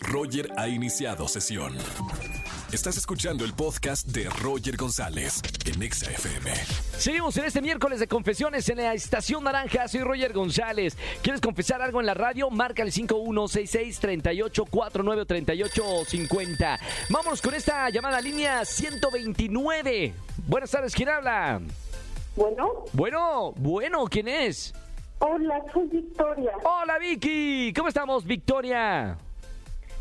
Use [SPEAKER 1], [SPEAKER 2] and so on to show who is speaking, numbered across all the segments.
[SPEAKER 1] Roger ha iniciado sesión. Estás escuchando el podcast de Roger González en Exa FM.
[SPEAKER 2] Seguimos en este miércoles de confesiones en la Estación Naranja. Soy Roger González. ¿Quieres confesar algo en la radio? Marca el 5166-3849-3850. Vámonos con esta llamada línea 129. Buenas tardes, ¿quién habla?
[SPEAKER 3] Bueno,
[SPEAKER 2] Bueno, bueno, ¿quién es?
[SPEAKER 3] hola, soy Victoria.
[SPEAKER 2] Hola Vicky, ¿cómo estamos Victoria?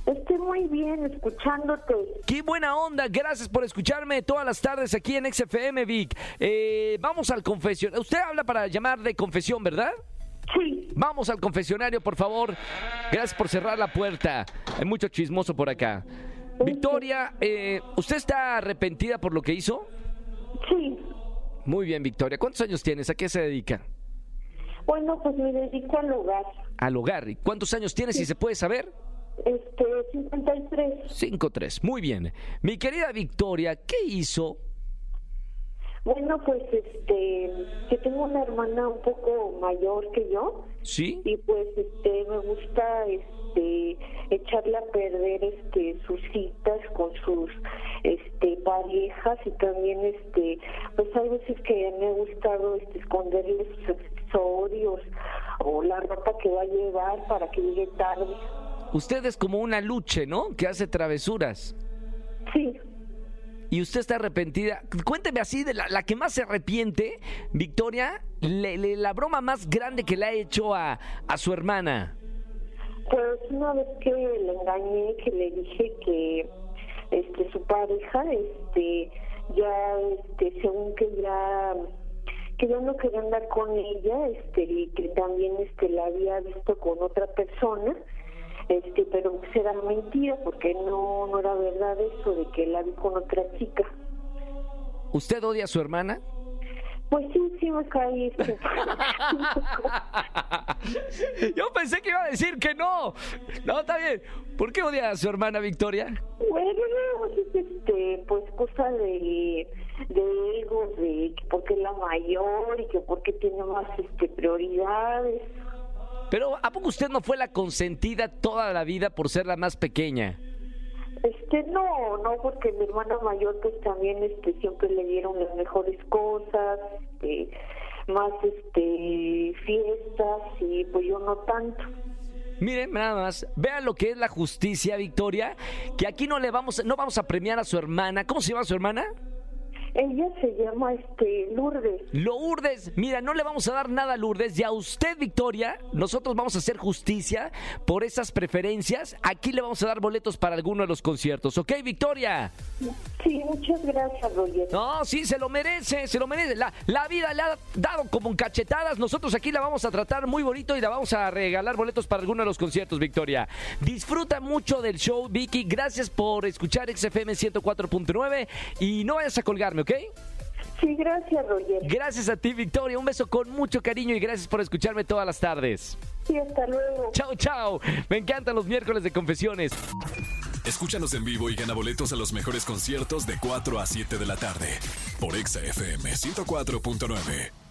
[SPEAKER 3] Estoy muy bien escuchándote.
[SPEAKER 2] Qué buena onda, gracias por escucharme todas las tardes aquí en XFM Vic. Eh, vamos al confesionario. Usted habla para llamar de confesión, ¿verdad?
[SPEAKER 3] Sí,
[SPEAKER 2] Vamos al confesionario, por favor. Gracias por cerrar la puerta. Hay mucho chismoso por acá. Victoria, eh, ¿usted está arrepentida por lo que hizo?
[SPEAKER 3] sí.
[SPEAKER 2] Muy bien, Victoria. ¿Cuántos años tienes? ¿A qué se dedica?
[SPEAKER 3] Bueno, pues me dedico al hogar.
[SPEAKER 2] Al hogar. ¿Y cuántos años tienes, si se puede saber?
[SPEAKER 3] Este, 53.
[SPEAKER 2] 5-3. Muy bien. Mi querida Victoria, ¿qué hizo?
[SPEAKER 3] Bueno, pues este, que tengo una hermana un poco mayor que yo
[SPEAKER 2] ¿Sí?
[SPEAKER 3] y pues este me gusta este echarla a perder este sus citas con sus este parejas y también este pues hay veces que me ha gustado este esconderle sus accesorios o la ropa que va a llevar para que llegue tarde
[SPEAKER 2] Usted es como una luche, ¿no? Que hace travesuras.
[SPEAKER 3] sí
[SPEAKER 2] Y usted está arrepentida. Cuénteme así, de la, la que más se arrepiente, Victoria, le- le- la broma más grande que le ha hecho a, a su hermana.
[SPEAKER 3] Pues una vez que le engañé, que le dije que este su pareja, este, ya, este, según que ya, que ya no quería andar con ella, este, y que también, este, la había visto con otra persona, este, pero pues era mentira porque no, no era verdad eso de que la vi con otra chica.
[SPEAKER 2] ¿Usted odia a su hermana?
[SPEAKER 3] Pues sí, sí me caí, este,
[SPEAKER 2] Yo pensé que iba a decir que no. No, está bien. ¿Por qué odia a su hermana Victoria?
[SPEAKER 3] Bueno, no, es este, pues cosa de, de egos, de que porque es la mayor y que porque tiene más este, prioridades.
[SPEAKER 2] Pero ¿a poco usted no fue la consentida toda la vida por ser la más pequeña?
[SPEAKER 3] Este, no, no, porque mi hermana mayor pues también este, siempre le dieron las mejores cosas, este, más este, fiestas y pues yo no tanto.
[SPEAKER 2] Miren, nada más, vean lo que es la justicia, Victoria, que aquí no le vamos, no vamos a premiar a su hermana. ¿Cómo se llama su hermana?
[SPEAKER 3] Ella se llama este, Lourdes.
[SPEAKER 2] Lourdes, mira, no le vamos a dar nada a Lourdes y a usted, Victoria, nosotros vamos a hacer justicia por esas preferencias. Aquí le vamos a dar boletos para alguno de los conciertos, ¿ok, Victoria?
[SPEAKER 3] Sí, muchas gracias, Roger.
[SPEAKER 2] No, sí, se lo merece, se lo merece. La, la vida le ha dado como cachetadas. Nosotros aquí la vamos a tratar muy bonito y la vamos a regalar boletos para alguno de los conciertos, Victoria. Disfruta mucho del show, Vicky. Gracias por escuchar XFM 104.9 y no vayas a colgarme, ¿ok?
[SPEAKER 3] Sí, gracias, Roger.
[SPEAKER 2] Gracias a ti, Victoria. Un beso con mucho cariño y gracias por escucharme todas las tardes.
[SPEAKER 3] Sí, hasta luego.
[SPEAKER 2] Chao, chao. Me encantan los miércoles de confesiones.
[SPEAKER 1] Escúchanos en vivo y gana boletos a los mejores conciertos de 4 a 7 de la tarde por Exa FM 104.9.